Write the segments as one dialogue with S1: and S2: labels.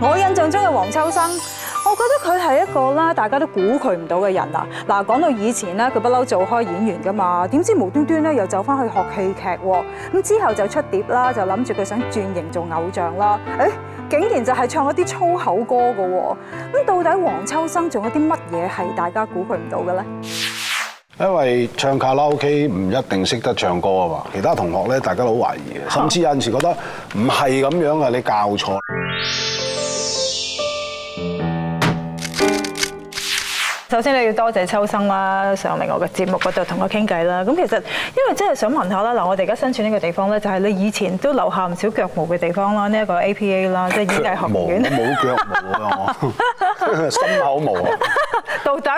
S1: 我印象中嘅黃秋生，我覺得佢係一個啦，大家都估佢唔到嘅人啊！嗱，講到以前咧，佢不嬲做開演員噶嘛，點知無端端咧又走翻去學戲劇喎，咁之後就出碟啦，就諗住佢想轉型做偶像啦，誒，竟然就係唱一啲粗口歌噶喎，咁到底黃秋生仲有啲乜嘢係大家估佢唔到嘅咧？
S2: 因為唱卡拉 OK 唔一定識得唱歌啊嘛，其他同學咧大家都好懷疑嘅，甚至有陣時覺得唔係咁樣啊，你教錯。
S3: 首先你要多謝秋生啦，上嚟我嘅節目嗰度同我傾偈啦。咁其實因為真係想問下啦，嗱，我哋而家身處呢個地方咧，就係你以前都留下唔少腳毛嘅地方啦，呢一個 APA 啦，即係演藝學院。
S2: 冇腳毛啊，我 心口毛啊。
S3: 到底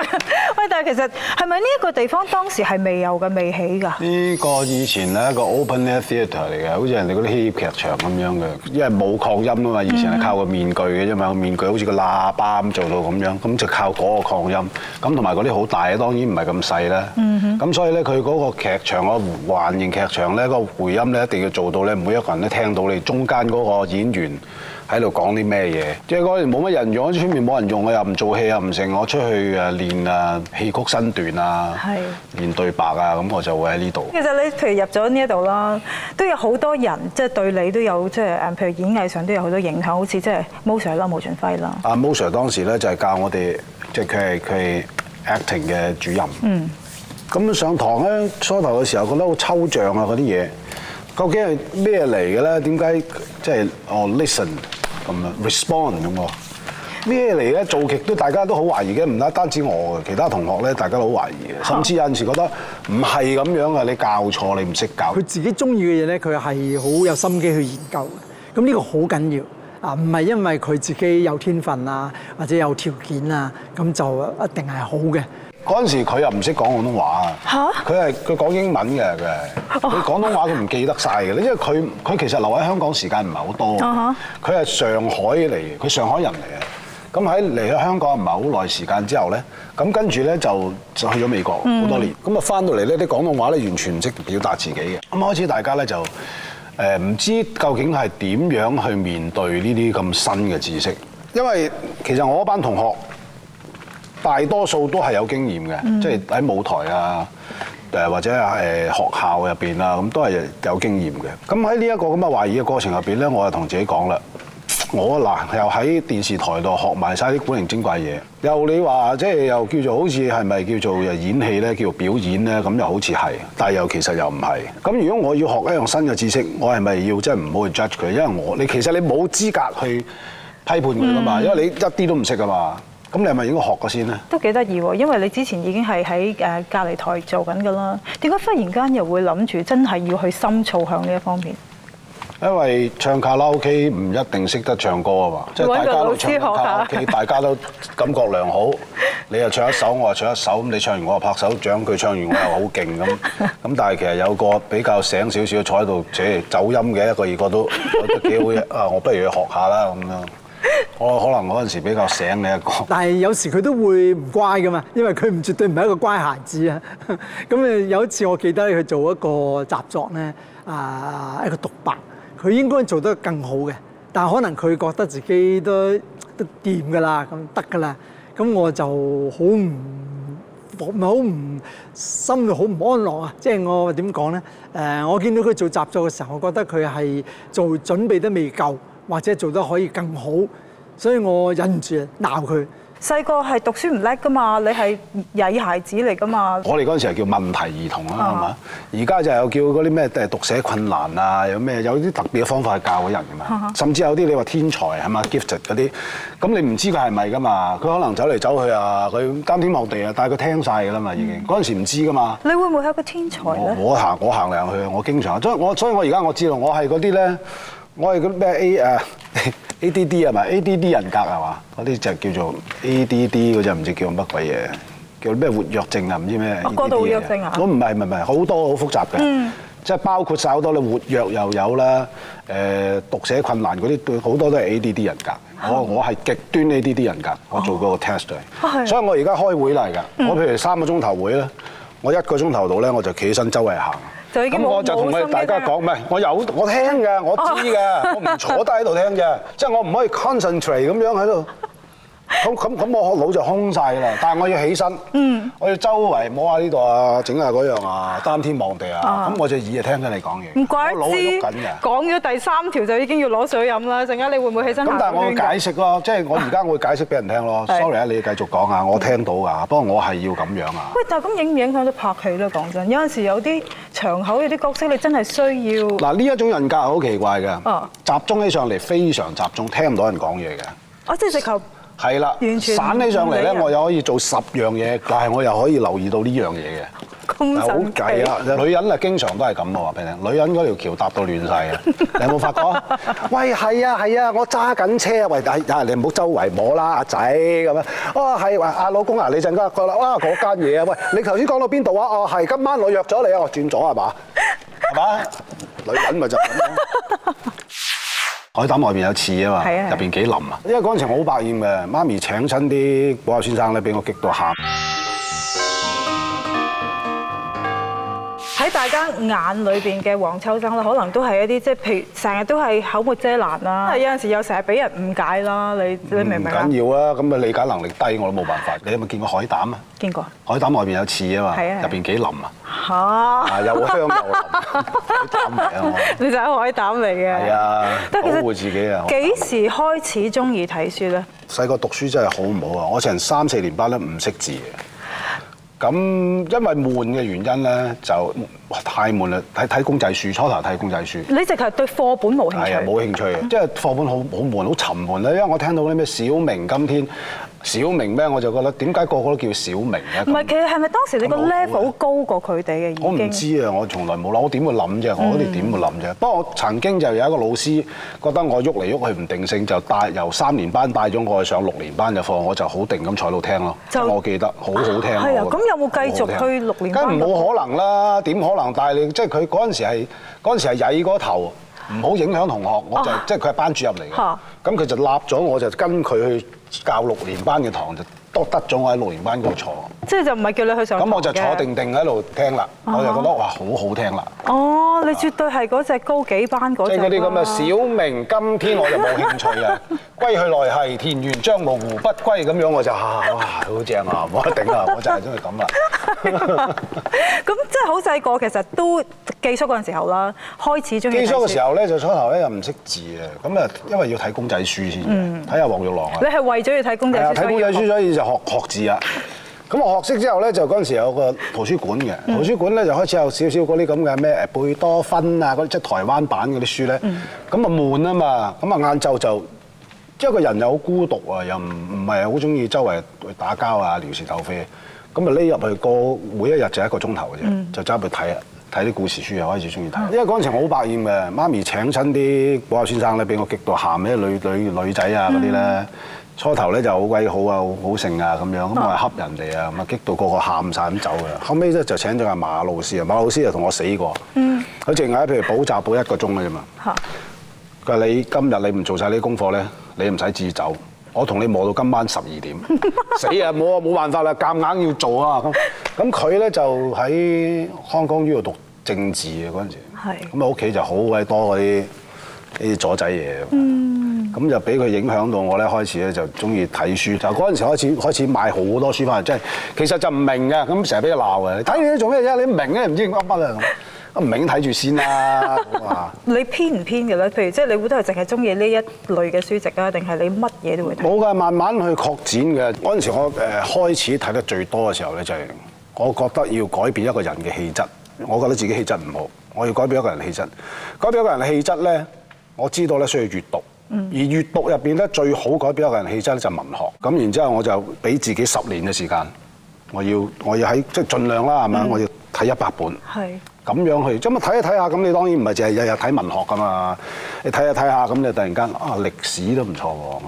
S3: 喂，但係其實係咪呢一個地方當時係未有嘅、未起㗎？
S2: 呢個以前咧一個 open air theatre 嚟嘅，好似人哋嗰啲戲劇場咁樣嘅，因為冇擴音啊嘛，以前係靠個面具嘅啫嘛，個面具好似個喇叭咁做到咁樣，咁就靠嗰個擴音。咁同埋嗰啲好大嘅當然唔係咁細啦。咁所以咧，佢嗰個劇場個環形劇場咧，個回音咧一定要做到咧，每一個人都聽到你中間嗰個演員。喺度講啲咩嘢？即係嗰陣冇乜人用，喺出面冇人用，我啊又唔做戲又唔成，我出去誒練誒戲曲身段啊
S3: 係，
S2: 練對白啊，咁我就會喺呢度。
S3: 其實你譬如入咗呢一度啦，都有好多人即係對你都有即係誒，譬如演藝上都有好多影響，好似即係 Mo Sir 啦、毛俊輝啦。
S2: 阿 Mo Sir 當時咧就係教我哋，即係佢係佢係 acting 嘅主任。嗯。咁上堂咧初頭嘅時候覺得好抽象啊嗰啲嘢，究竟係咩嚟嘅咧？點解即係哦 listen 咁樣 respond 咁喎？咩嚟咧？做極都大家都好懷疑嘅，唔單單止我嘅，其他同學咧大家都好懷疑嘅，甚至有陣時覺得唔係咁樣啊！你教錯，你唔識教
S4: 佢。自己中意嘅嘢咧，佢係好有心機去研究嘅。咁呢個好緊要啊，唔係因為佢自己有天分啊，或者有條件啊，咁就一定係好嘅。
S2: 嗰陣時佢又唔識講廣東話啊！佢係佢講英文嘅，佢係佢廣東話佢唔記得晒嘅，因為佢佢其實留喺香港時間唔係好多
S3: 啊，
S2: 佢係上海嚟嘅，佢上海人嚟嘅。咁喺嚟咗香港唔係好耐時間之後咧，咁跟住咧就就去咗美國好多年，咁啊翻到嚟呢啲廣東話咧完全唔識表達自己嘅。咁開始大家咧就誒唔知究竟係點樣去面對呢啲咁新嘅知識，因為其實我嗰班同學。大多數都係有經驗嘅，即係喺舞台啊，誒或者誒學校入邊啊，咁都係有經驗嘅。咁喺呢一個咁嘅懷疑嘅過程入邊咧，我就同自己講啦。我嗱又喺電視台度學埋晒啲古靈精怪嘢，又你話即係又叫做好似係咪叫做誒演戲咧，叫做表演咧，咁又好似係，但係又其實又唔係。咁如果我要學一樣新嘅知識，我係咪要即係唔好去 judge 佢？因為我你其實你冇資格去批判佢噶嘛，因為你一啲都唔識噶嘛。咁你係咪應該學過先咧？
S3: 都幾得意喎，因為你之前已經係喺誒隔離台做緊㗎啦，點解忽然間又會諗住真係要去深造向呢一方面？
S2: 因為唱卡拉 OK 唔一定識得唱歌啊嘛，即係大家都唱卡拉 OK，大家都感覺良好，你又唱一首，我又唱一首，咁你唱完我又拍手掌，佢唱完我又好勁咁，咁但係其實有個比較醒少少坐喺度，即係走音嘅一個二個都 覺得幾好嘅，啊我不如去學下啦咁樣，我可能嗰陣時比較醒嘅一個。
S4: 但係有時佢都會唔乖噶嘛，因為佢唔絕對唔係一個乖孩子啊。咁誒有一次我記得佢做一個習作咧，啊一個獨白，佢應該做得更好嘅，但係可能佢覺得自己都都掂㗎啦，咁得㗎啦，咁我就好唔唔好唔心裏好唔安樂啊！即係我點講咧？誒、我見到佢做習作嘅時候，我覺得佢係做準備得未夠，或者做得可以更好，所以我忍唔住鬧佢。
S3: 細個係讀書唔叻㗎嘛，你係曳孩子嚟㗎嘛，
S2: 我哋嗰陣時係叫問題兒童啦，係嘛？而家就有叫嗰啲咩誒讀寫困難啊，有咩有啲特別嘅方法去教嗰人㗎嘛。甚至有啲你話天才係嘛 gifted 嗰啲，咁你唔知佢係咪㗎嘛？佢可能走嚟走去啊，佢擔天望地啊，但係佢聽晒㗎啦嘛已經。嗰陣時唔知㗎嘛。
S3: 你會唔會係一個天才
S2: 我
S3: 咧？
S2: 我行我行嚟行去，我經常，所以我所以我而家我知道我係嗰啲咧，我係嗰啲咩 A 呃誒 ADD 啊係咪？ADD 人格係嘛？嗰啲就叫做 ADD 嗰只唔知叫乜鬼嘢，叫咩活躍症啊？唔知咩
S3: 哦
S2: ADD
S3: 過度活躍
S2: 嘅
S3: 症啊
S2: 我唔係唔係唔係，好多好複雜嘅。
S3: 嗯
S2: 即係包括晒好多你活躍又有啦，誒讀寫困難嗰啲好多都係 ADD 人格。我我係極端 ADD 人格，我做過個 test
S3: 哦係嗯
S2: 嚟，所以我而家開會嚟㗎。我譬如三個鐘頭會咧，我一個鐘頭度咧我就企起身周圍行。
S3: 就已經
S2: 咁我
S3: 冇
S2: 就同
S3: 冇
S2: 佢
S3: 心機
S2: 大家
S3: 聽啦哦
S2: 講，唔係我有我聽㗎，我知㗎，我唔坐低喺度聽嘅，即係我唔可以 concentrate 咁樣喺度。咁咁咁，我腦就空晒啦。但係我要起身，
S3: 嗯
S2: 我要周圍摸下呢度啊，整下嗰樣啊，擔天望地啊。咁我隻耳就聽緊你講嘢，
S3: 哦唔怪之
S2: 我腦係喐緊嘅。
S3: 講咗第三條就已經要攞水飲啦，陣間你會唔會起身
S2: 咁
S3: 行
S2: 但係我會
S3: 圈㗎
S2: 解釋咯，即係我而家我會解釋俾人聽咯。
S3: 係
S2: Sorry 啊，你繼續講啊，我聽到㗎，不過我係要咁樣啊。
S3: 喂，但係咁影唔影響到拍戲咧？講真，有陣時有啲場口有啲角色你真係需要
S2: 嗱，呢一種人格係好奇怪嘅
S3: 哦，
S2: 集中起上嚟非常集中，聽唔到人講嘢嘅。
S3: 啊，即係直頭
S2: 係啦，
S3: 完全
S2: 散起上嚟
S3: 唔理
S2: 咧，
S3: 人
S2: 我又可以做十樣嘢，但係我又可以留意到呢樣嘢嘅，
S3: 咁
S2: 好
S3: 神奇
S2: 計啦！女人啊，經常都係咁我話俾你聽，女人嗰條橋搭到亂晒嘅，啊 你有冇發覺？喂，係啊係啊，我揸緊車啊！喂，但係你唔好周圍摸啦，阿仔咁樣。哦，係，喂，阿老公啊，你陣間覺得哇嗰間嘢啊，喂，你頭先講到邊度啊？哦，係，今晚我約咗你啊，我轉咗係嘛？係嘛？女人咪就係咁咯。 海膽外面有刺啊嘛，
S3: 係啊係啊
S2: 入邊幾腍啊！因為嗰陣時我好百厭嘅，媽咪請親啲保佑先生咧，俾我激到喊。
S3: 喺大家眼裏邊嘅黃秋生啦，可能都係一啲即係譬如成日都係口沒遮攔 啦，有陣時又成日俾人誤解啦，你你明唔
S2: 唔
S3: 明啊？
S2: 緊要啊，咁啊理解能力低我都冇辦 法。你有冇見過海膽啊？
S3: 見過
S2: 海膽外邊有刺啊嘛，
S3: 係啊係啊
S2: 入邊幾腍 啊，
S3: 嚇，
S2: 啊又香又腍，海膽嚟啊我。
S3: 你就係海膽嚟嘅。
S2: 係啊，
S3: 但
S2: 保
S3: 係其實
S2: 護自己啊！
S3: 幾時開始中意睇書咧？
S2: 細個讀書真係好唔好啊！我成三四年班都唔識字嘅。咁因為悶嘅原因咧，就哇太悶啦！睇睇公仔書，初頭睇公仔書。
S3: 你直頭對課本冇興
S2: 係啊，
S3: 趣。
S2: 冇興趣嘅，即係課本好好悶，好沉悶啦。啊因為我聽到啲咩小明今天小明咩，我就覺得點解個個都叫小明咧？
S3: 唔係，其實係咪當時你個
S2: 咁冇嘅
S3: level 高過佢哋嘅已經？嗯
S2: 我唔知啊，我從來冇諗，我點會諗啫？我哋點會諗啫？不過我曾經就有一個老師覺得我喐嚟喐去唔定性，就帶由三年班帶咗我去上六年班嘅課，我就好定咁坐喺度聽咯。
S3: 就
S2: 我記得好好聽。
S3: 係啊
S2: 我覺得
S3: 咁有冇繼續
S2: 好好聽
S3: 去六年班
S2: 梗係冇可能啦，點可能帶你？即係佢嗰陣時係嗰陣時係曳嗰頭，唔好影響同學，我就
S3: 啊
S2: 即係佢係班主任嚟嘅
S3: 嚇。
S2: 咁佢就立咗我，就跟佢去教六年班嘅堂，就多得咗我喺六年班嗰度坐。
S3: 即係就唔係叫你去上堂
S2: 咁我啊就
S3: 嘅
S2: 坐定定喺度聽啦，我就覺得哇好好聽啦，
S3: 哦，你絕對係嗰只高幾班嗰
S2: 即
S3: 只
S2: 係
S3: 啦。
S2: 嗰啲咁嘅小明，今天我就冇興趣啊， 歸去來兮，田園將蕪胡不歸咁樣，我就啊哇好正啊，冇得頂啊，我就係中意 咁啦。
S3: 咁即係好細個，其實都寄宿嗰陣時候啦，開始中意睇書。
S2: 寄宿嘅時候咧，就初頭咧又唔識字啊，咁啊因為要睇公仔書先嘅，睇下黃玉郎啊
S3: 你。係為咗要睇公仔
S2: 係啊，
S3: 書，
S2: 睇古仔
S3: 所以
S2: 書
S3: 要
S2: 所以就學學字啊。咁我學識之後咧，就嗰陣時有個圖書館嘅，
S3: 嗯
S2: 圖書館咧就開始有少少嗰啲咁嘅咩誒貝多芬啊，嗰啲即係台灣版嗰啲書咧。
S3: 嗯
S2: 咁啊悶啊嘛，咁啊晏晝就即係個人又好孤獨啊，又唔唔係好中意周圍去打交啊、聊是鬥非。咁啊匿入去個每一日就一個鐘頭嘅啫，就揸去睇啊。睇啲故事書又啊開始中意睇，因為嗰陣時我好百厭嘅，媽咪請親啲保佑先生咧，俾我激到喊咩女女女仔啊嗰啲咧，初頭咧就好鬼好啊，好好性啊咁樣，咁我係恰人哋啊，咁啊激到個個喊晒咁走嘅。後尾咧就請咗阿馬老師啊，馬老師就同我死過，佢淨係譬如補習補一個鐘嘅啫嘛。
S3: 嚇
S2: 佢話你今日你唔做晒呢啲功課咧，你唔使自走。我同你磨到今晚十二點，死啊！冇啊，冇辦法啦，夾硬要做啊！咁咁佢咧就喺香港呢度讀政治嘅嗰陣時，
S3: 係
S2: 咁啊屋企就好鬼多嗰啲呢啲左仔嘢，咁就俾佢影響到我咧，開始咧就中意睇書，就嗰陣時開始開始買好多書翻嚟，即係其實就唔明嘅，咁成日俾佢鬧嘅，你睇你做咩啫？你唔明咧，唔知噏乜啊！咁唔明睇住先啦，咁啊。
S3: 你偏唔偏嘅咧？譬如即係你會都係淨係中意呢一類嘅書籍啊，定係你乜嘢都會睇？
S2: 冇㗎，慢慢去擴展嘅。嗰陣時我誒開始睇得最多嘅時候咧，就係我覺得要改變一個人嘅氣質。我覺得自己氣質唔好，我要改變一個人嘅氣質。改變一個人嘅氣質咧，我知道咧需要閱讀。而閱讀入邊咧最好改變一個人嘅氣質咧就係文學。咁然之後我就俾自己十年嘅時間，我要我要喺即係盡量啦，係
S3: 嗯
S2: 咪啊？我要睇一百本。
S3: 係
S2: 咁樣去，咁啊睇下睇下，咁你當然唔係淨係日日睇文學噶嘛，你睇下睇下，咁你突然間啊歷史都唔錯喎咁。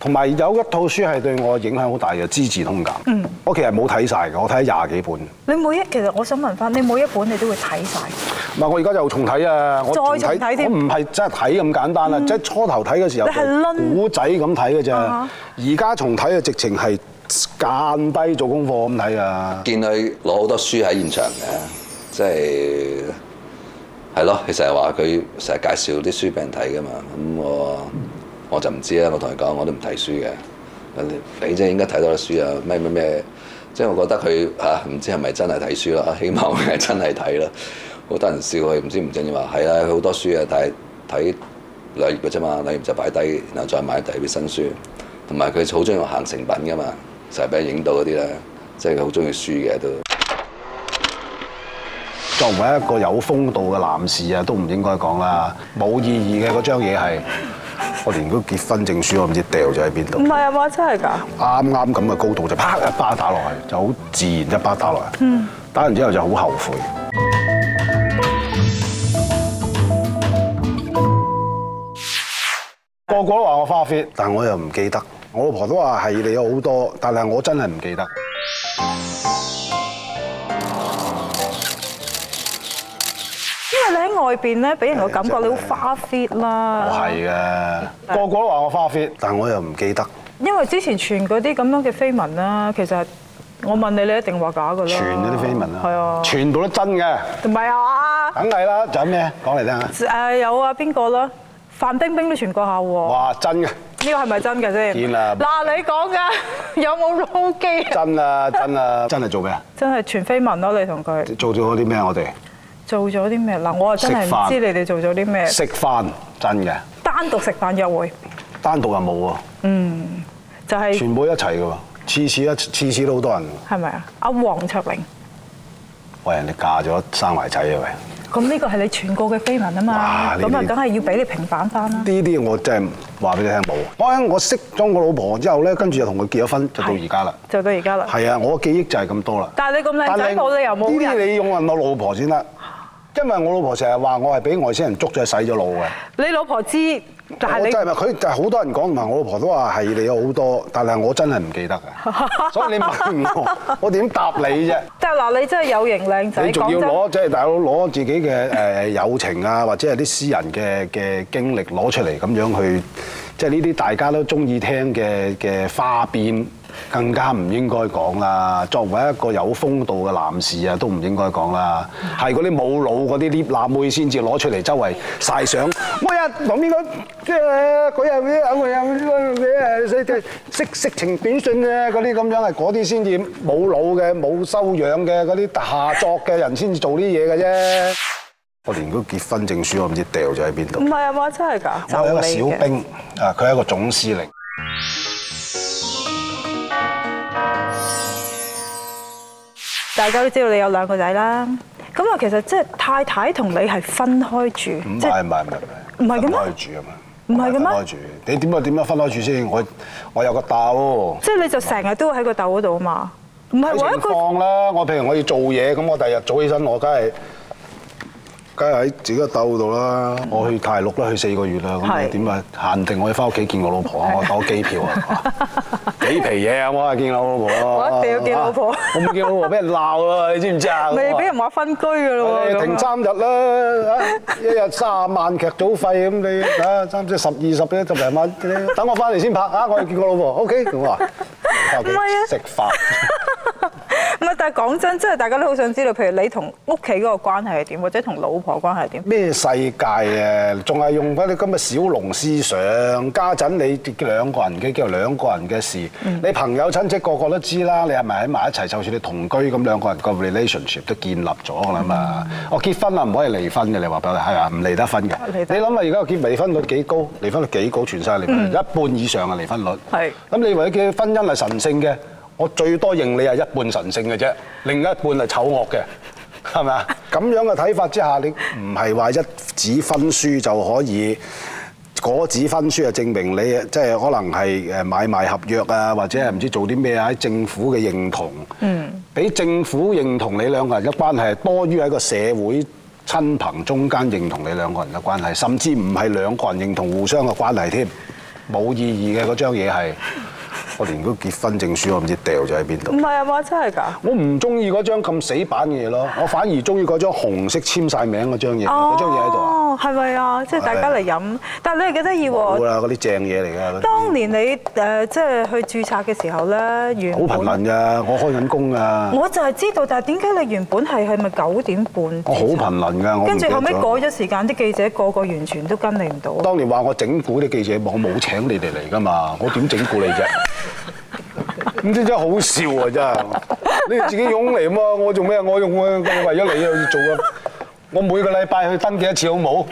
S2: 同埋有一套書係對我影響好大嘅《資治通鑑》，
S3: 嗯
S2: 我其實冇睇晒嘅，我睇咗廿幾本。唔
S3: 你每一其實我想問翻，你每一本你都會睇晒。
S2: 係我而家就重睇啊！我
S3: 再重睇添嗯
S2: 我唔係真係睇咁簡單啦，即係初頭睇嘅時候
S3: 你係攆
S2: 就古仔咁睇嘅啫，
S3: 啊
S2: 而家重睇啊直情係間低做功課咁睇啊！
S5: 見佢攞好多書喺現場嘅，即係係咯，佢成日話佢成日介紹啲書俾人睇噶嘛，咁我我就唔知啦。我同佢講，我都唔睇書嘅。你你真係應該睇多啲書啊！咩咩咩，即係我覺得佢啊，唔知係咪真係睇書啦？ 起碼我係真係睇啦。好多人笑佢唔知唔正嘅話，係啊，佢好多書啊，但係睇兩頁嘅啫嘛，兩頁就擺低，然後再買第二啲新書。同埋佢好中意行成品噶嘛，成日俾人影到嗰啲咧，即係佢好中意書嘅都。
S2: 作為一個有風度嘅男士啊，都唔應該講啦，冇意義嘅嗰張嘢係，我連嗰結婚證書我唔知掉咗喺邊度
S3: 唔。係啊嘛，真係㗎。
S2: 啱啱咁嘅高度就啪一巴打落去，就好自然一巴打落去。打完之後就好後悔。個個都話我花 fit，但我又唔記得。我老婆都話係你有好多，但係我真係唔記得。
S3: 因為你喺外邊咧，俾人個感覺你好花 fit
S2: 我
S3: 啦。
S2: 係嘅，個個都話我花 fit，但我又唔記得。
S3: 因為之前傳嗰啲咁樣嘅緋聞啦，其實我問你，你一定話假㗎啦。
S2: 傳嗰啲緋聞啊，
S3: 係啊，
S2: 傳到都真嘅，
S3: 唔係啊，
S2: 梗係啦。仲有咩？講嚟聽下。
S3: 誒有啊，邊個啦？范冰冰都傳過下喎，
S2: 哇，真嘅，
S3: 呢個係咪真嘅先？
S2: 見啦
S3: 嗱，你講㗎， 有冇 roll 機啊？
S2: 真啊，真啊，真係做咩啊？
S3: 真係傳緋聞咯，你同佢
S2: 做咗啲咩啊？我哋？
S3: 做咗啲咩？嗱，我啊真係唔
S2: 食
S3: 知你哋做咗啲咩，
S2: 食飯真嘅，
S3: 單獨食飯約會
S2: 單獨又冇
S3: 就
S2: 喎，
S3: 係、
S2: 全部一齊嘅喎，次次一次次都好多人。
S3: 係咪啊？阿黃卓玲，
S2: 喂，人哋嫁咗生埋仔啊喂！
S3: 咁呢個係你傳過嘅緋聞啊嘛，
S2: 哇呢啲
S3: 咁啊梗係要俾你平反翻啦。
S2: 呢啲我真係話俾你聽冇。我我識咗我老婆之後咧，跟住就同佢結咗婚，就到而家啦。
S3: 就到而家啦。
S2: 係啊，我記憶就係咁多啦。
S3: 但係你咁靚仔，
S2: 但係
S3: 冇理由冇
S2: 呢啲
S3: 人。
S2: 你要問我老婆先得，因為我老婆成日話我係俾外星人捉咗去洗咗腦嘅。
S3: 你老婆知，但係
S2: 我真係
S3: 你
S2: 咪佢就係好多人講，同埋我老婆都話係你有好多，但係我真係唔記得 嘅。所以你問我，我點答你啫？
S3: 但係嗱，你真係有型靚仔，
S2: 你仲要
S3: 講真
S2: 攞即係大佬攞自己嘅誒友情啊，或者係啲私人嘅嘅經歷攞出嚟咁樣去，即係呢啲大家都中意聽嘅嘅花邊，更加唔應該講啦。作為一個有風度嘅男士啊，都唔應該講啦。係嗰啲冇腦嗰啲 lift 罅妹先至攞出嚟周圍晒相。我日同邊個即係嗰日咩啊？我有咩誒色色情短信啊？嗰啲咁樣係嗰啲先至冇腦嘅、冇修養嘅嗰啲下作嘅人先至做啲嘢嘅啫。我連嗰結婚證書我唔知掉咗喺邊度
S3: 唔。係啊嘛，真係㗎，
S2: 我有一個
S3: 就你
S2: 小
S3: 嘅。
S2: 兵，啊，佢係一個總司令。
S3: 大家都知道你有兩個仔啦。咁啊，其實即係太太同你係分開
S2: 唔
S3: 住，即
S2: 係
S3: 係
S2: 唔係唔係
S3: 唔係嘅咩
S2: 分開住啊嘛。
S3: 唔係嘅咩
S2: 分開住，你點解點解分開住先？我我有個竇。
S3: 即係你就成日都會喺個竇嗰度啊嘛。唔係
S2: 睇
S3: 話
S2: 情
S3: 一個
S2: 況啦，我譬如我要做嘢，咁我第日早起身，我梗係梗係喺自己個竇度啦。我去大陸啦，去四個月啦，咁
S3: 係
S2: 你點啊？限定我要翻屋企見我老婆啊，我攞機 票啊，幾皮嘢啊！我係見我老婆啊，
S3: 我一定要見老婆
S2: 我唔見老婆俾人鬧啊，你知唔知啊？
S3: 咪俾人話分居㗎咯喎。
S2: 你
S3: 咁
S2: 停
S3: 啊
S2: 三日啦，啊一日三十萬劇組費咁你啊三即十二十咧十零萬，等我翻嚟先拍啊！我要見我老婆，OK 咁啊，翻屋企
S3: 唔係啊
S2: 食飯。
S3: 唔係，但係講真，即係大家都好想知道，譬如你同屋企嗰個關係係點，或者同老婆關係係點。
S2: 咩世界啊？仲係用翻你今日小農思想。家陣你兩個人嘅叫兩個人嘅事，
S3: 嗯
S2: 你朋友親戚個個都知啦。你係咪喺埋一齊？就算你同居咁，兩個人個 relationship 都建立咗㗎啦嘛。我結婚啦，唔可以離婚嘅。你話俾我聽係啊，唔離得婚嘅。
S3: 離得嗯
S2: 你諗下而家個結離婚率幾高？離婚率幾高？全世界離婚率一半以上嘅離婚率。
S3: 係
S2: 咁你以為嘅婚姻係神聖嘅？我最多認你係一半神聖嘅啫，另一半係醜惡嘅，係咪啊？咁樣嘅睇法之下，你唔係話一紙婚書就可以。嗰紙婚書啊，證明你即係可能係誒買賣合約啊，或者係唔知做啲咩啊，喺政府嘅認同，嗯，俾政府認同你兩個人嘅關係，多於喺個社會親朋中間認同你兩個人嘅關係，甚至唔係兩個人認同互相嘅關係添，冇意義嘅嗰張嘢係。我連嗰結婚證書我唔知掉咗喺邊度
S3: 唔。係啊嘛，真係㗎。
S2: 我唔中意嗰張咁死板嘅嘢咯，我反而中意嗰張紅色簽晒名嗰張嘢，嗰張嘢喺度啊，
S3: 哦，係咪啊？即係大家嚟飲，但係你係幾得意
S2: 好啊
S3: 喎。
S2: 啦，嗰啲正嘢嚟㗎。嗰啲
S3: 當年你誒即係去註冊嘅時候咧，原
S2: 好頻
S3: 本
S2: 密㗎，我開緊工㗎，
S3: 我就係知道，但係點解你原本係係咪九點半？
S2: 我好頻密啊㗎。我唔
S3: 跟
S2: 記
S3: 住
S2: 得
S3: 後尾
S2: 咗
S3: 改咗時間，啲記者個個完全都跟你唔到。
S2: 當年話我整蠱啲記者，我冇請你哋嚟㗎嘛，我點整蠱你 啫？咁真真係好笑啊！真係，你自己擁嚟嘛，我做咩？啊我用我為咗你要做啊！我每個禮拜去登記一次好冇？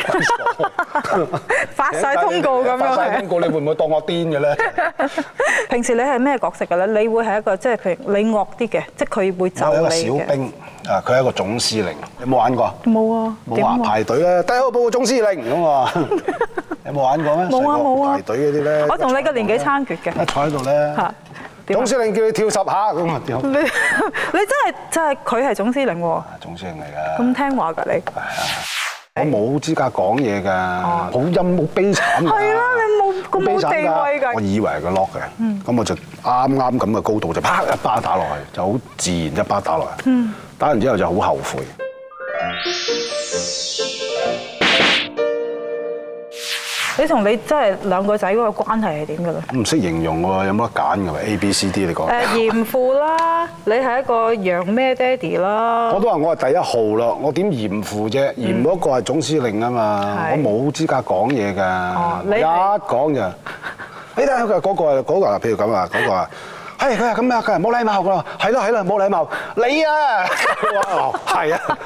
S3: 發 晒通告咁
S2: 發晒
S3: 樣
S2: 通。告，你會唔會當我癲嘅咧？
S3: 平時你係咩角色㗎咧？你會係一個即係譬如你惡啲嘅，即係佢會 就
S2: 我有一個
S3: 你
S2: 小
S3: 嘅。
S2: 兵，啊，佢係一個總司令，你有冇玩過啊？
S3: 冇啊，
S2: 冇
S3: 點
S2: 話
S3: 啊？
S2: 排隊咧，低口報個總司令咁啊！ 有冇玩過咩？
S3: 冇啊
S2: 細個
S3: 冇啊
S2: 排隊嗰啲咧，
S3: 我同你個年紀差距嘅
S2: 一坐喺度咧
S3: 嚇，點啊嗯
S2: 總司令叫你跳十下咁啊！跳
S3: 你 你真係就係佢係總司令喎，
S2: 總司令嚟㗎，
S3: 咁聽話㗎你。
S2: 啊我冇資格講嘢㗎，好陰好悲慘㗎。
S3: 哦係啦你冇咁冇
S2: 好悲
S3: 地
S2: 慘㗎
S3: 位㗎嗯
S2: 我以為係個 lock 嘅，咁我就啱啱咁嘅高度就啪一巴打落去，就好自然一巴打落去。
S3: 嗯
S2: 打完之後就好後悔。
S3: 你同你真係兩個仔嗰個關係係點㗎咧？
S2: 唔識形容喎，有冇得揀㗎？A、B、C、D 你講。
S3: 誒嚴父啦，你係一個養咩爹哋啦
S2: 我，都話我係第一號咯，我點嫌父啫？嫌嗰個係總司令啊嘛，我
S3: 嗯係
S2: 冇資格講嘢
S3: 哦
S2: 㗎。
S3: 你係
S2: 一講就，哎你睇下佢嗰個嗰個啊，譬如咁啊，嗰個啊。係佢係咁啊！佢係冇禮貌㗎啦，係啦係啦，冇禮貌。你啊， 我話哦係啊，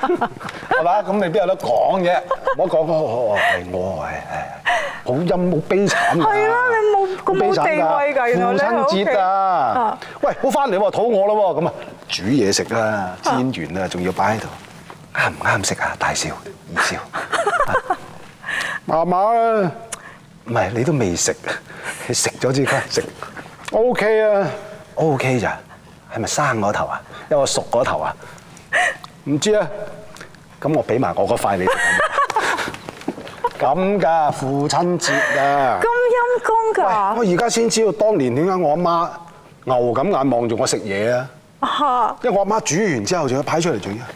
S2: 係嘛？咁你邊有得講嘅？我講哦哦係我係係，好陰好悲慘㗎。
S3: 係啦你冇咁冇
S2: 好悲慘
S3: 地位㗎原來你喺屋
S2: 父
S3: 企
S2: 親節啊
S3: 啊！
S2: 喂，好翻嚟喎，肚餓啦喎，咁啊煮嘢食
S3: 啊
S2: 啦，煎完啦，仲要擺喺度，啱唔啱食啊？大少二 少，麻麻啊，唔係你都未食，你食咗先食，OK 啊，OK 咋？係咪生嗰頭啊？因為我熟嗰頭啊？唔知啊，咁我俾埋我 嗰塊你食。咁㗎，父親節啊！
S3: 咁陰公
S2: 我
S3: 㗎
S2: 而家先知道當年點解我阿媽牛咁眼望住我食嘢啊！
S3: 嚇！
S2: 因為我阿媽煮完之後仲要派出嚟，仲要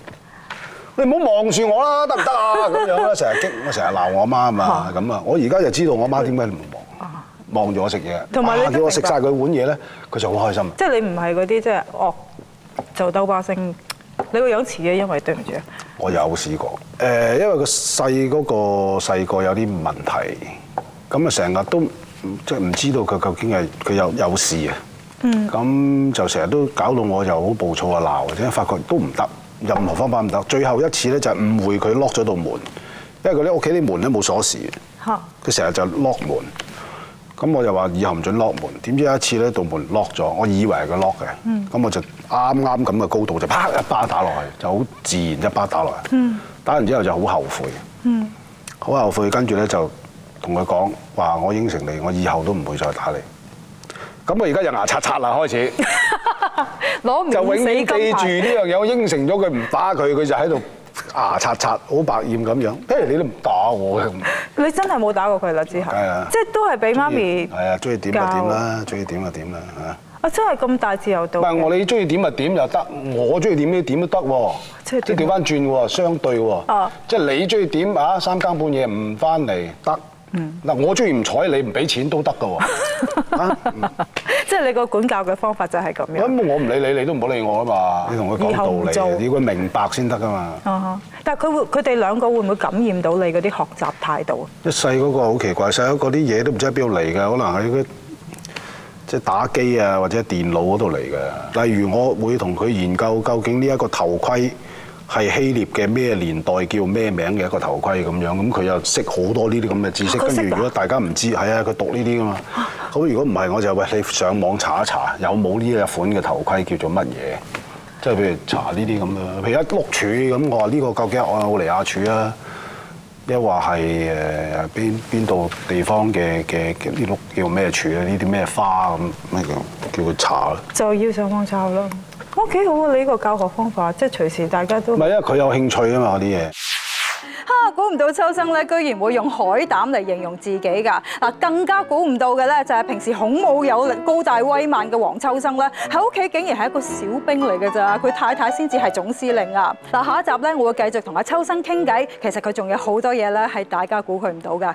S2: 你唔好望住我啦，得唔得啊？咁樣啦，成日激我，成日鬧我阿媽啊嘛，咁啊，我而家就知道我阿媽點解唔望望住我食嘢，
S3: 嗯啊同埋你
S2: 啊
S3: 都
S2: 叫我食
S3: 明白
S2: 晒佢碗嘢咧，佢就好開心。
S3: 即係你唔係嗰啲即係惡就兜巴星，你個樣似嘅，因為對唔住啊，
S2: 我有試過，誒、呃因為個細嗰個細個有啲問題，咁啊成日都唔即係唔知道佢究竟係佢有有事啊，咁、就成日都搞到我就好暴躁啊鬧，即係發覺都唔得，任何方法唔得。最後一次咧就係誤會佢 lock 咗道門，因為佢咧屋企啲門咧冇鎖匙嘅
S3: 嚇
S2: 佢成日就 lock 門，咁我就話以後唔准 lock 門。點知有一次咧，道門 lock 咗，我以為係佢 lock
S3: 嗯
S2: 嘅，咁我就啱啱咁嘅高度就啪一巴打落去，就好自然一巴打落去。
S3: 嗯
S2: 打完之後就好後悔，好後悔。跟住咧就同佢講話，我應承你，我以後都唔會再打你。咁我而家就牙刷刷啦，開始
S3: 攞
S2: 就永
S3: 免死
S2: 遠記
S3: 金
S2: 住
S3: 牌。
S2: 呢樣嘢。我應承咗佢唔打佢，佢就喺度牙刷刷，好百厭咁樣。譬如你都唔打我嘅。
S3: 你真係冇打過佢啦，之後
S2: 梗係啦，
S3: 即係都係俾媽咪
S2: 係啊，中意點就點
S3: 教。
S2: 啦，中意點就點啦嚇。
S3: 啊，真係咁大自由度
S2: 唔
S3: 嘅。
S2: 係我你中意點就點又得，我中意點呢點都得喎。
S3: 即係點
S2: 即係調翻轉喎，相對喎
S3: 啊。
S2: 即係你中意點啊，三更半夜唔翻嚟得。
S3: 嗯
S2: 嗱，我中意唔睬你，唔俾錢都得 㗎喎。啊
S3: 即係你個管教嘅方法就係咁樣。
S2: 咁我唔理你，你都唔好理我啊嘛。你同佢
S3: 以後唔
S2: 講道
S3: 做
S2: 理，你要佢明白先得㗎嘛。
S3: 啊哈！但係佢會，佢哋兩個會唔會感染到你嗰啲學習態度？啊
S2: 一細嗰個好奇怪，細嗰個啲嘢都唔知喺邊度嚟嘅，可能喺佢即係打機啊，或者電腦嗰度嚟嘅。例如我會同佢研究究竟呢一個頭盔係希臘嘅咩年代叫咩名嘅一個頭盔咁樣，咁佢又識好多呢啲咁嘅知識。
S3: 佢
S2: 跟
S3: 識
S2: 住
S3: 㗎
S2: 如果大家唔知，係啊，佢讀呢啲噶嘛。咁如果唔係，我就喂你上網查一查，有冇呢一款嘅頭盔叫做乜嘢？即係譬如查呢啲咁啦，譬如一碌柱咁，我話呢個究竟係愛奧尼亞柱啊？一話係誒邊邊度地方嘅嘅嘅呢碌叫咩柱咧？呢啲咩花咁咩叫叫佢查啦。
S3: 就要上網抄啦。哦我幾好啊！你呢個教學方法，即係隨時大家都
S2: 唔係因為佢有興趣啊嘛嗰啲嘢。
S3: 哈！估唔到秋生咧，居然會用海膽嚟形容自己㗎。嗱，更加估唔到嘅咧，就係平時孔武有力、高大威猛嘅黃秋生咧，喺屋企竟然係一個小兵嚟嘅咋。佢太太先至係總司令啊！嗱，下一集咧，我會繼續同阿秋生傾偈。其實佢仲有好多嘢咧，係大家估佢唔到㗎。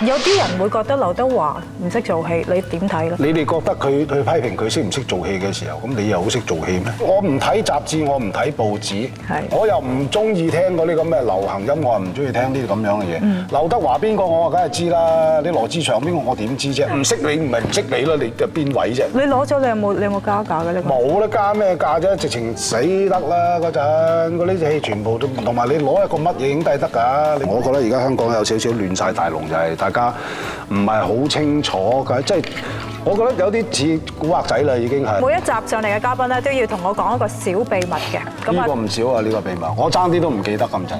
S6: 有啲人會覺得劉德華唔識做戲，你點睇咧？
S2: 你哋覺得佢去批評佢識唔識做戲嘅時候，咁你又好識做戲咩？我唔睇雜誌，我唔睇報紙
S6: 係，
S2: 我又唔中意聽嗰啲咁嘅流行音樂，唔中意聽呢啲咁樣嘅嘢。劉德華邊個我梗係知啦，你羅志祥邊個我點知啫？唔識你唔係唔識你啦，你就邊位啫？
S6: 你攞咗你有冇你有冇加價嘅呢個？
S2: 冇得加咩價啫，直情死得啦嗰陣，嗰啲戲全部都同埋你攞一個乜嘢影帝得㗎？我覺得而家香港有少少亂晒大龍，就係大家唔係好清楚㗎，即係我覺得有啲似古惑仔啦已經係。
S6: 每一集上嚟嘅嘉賓咧都要同我講一個小秘密嘅，咁
S2: 呢
S6: 啊
S2: 個唔少啊，呢個秘密，我爭啲都唔記得咁滯。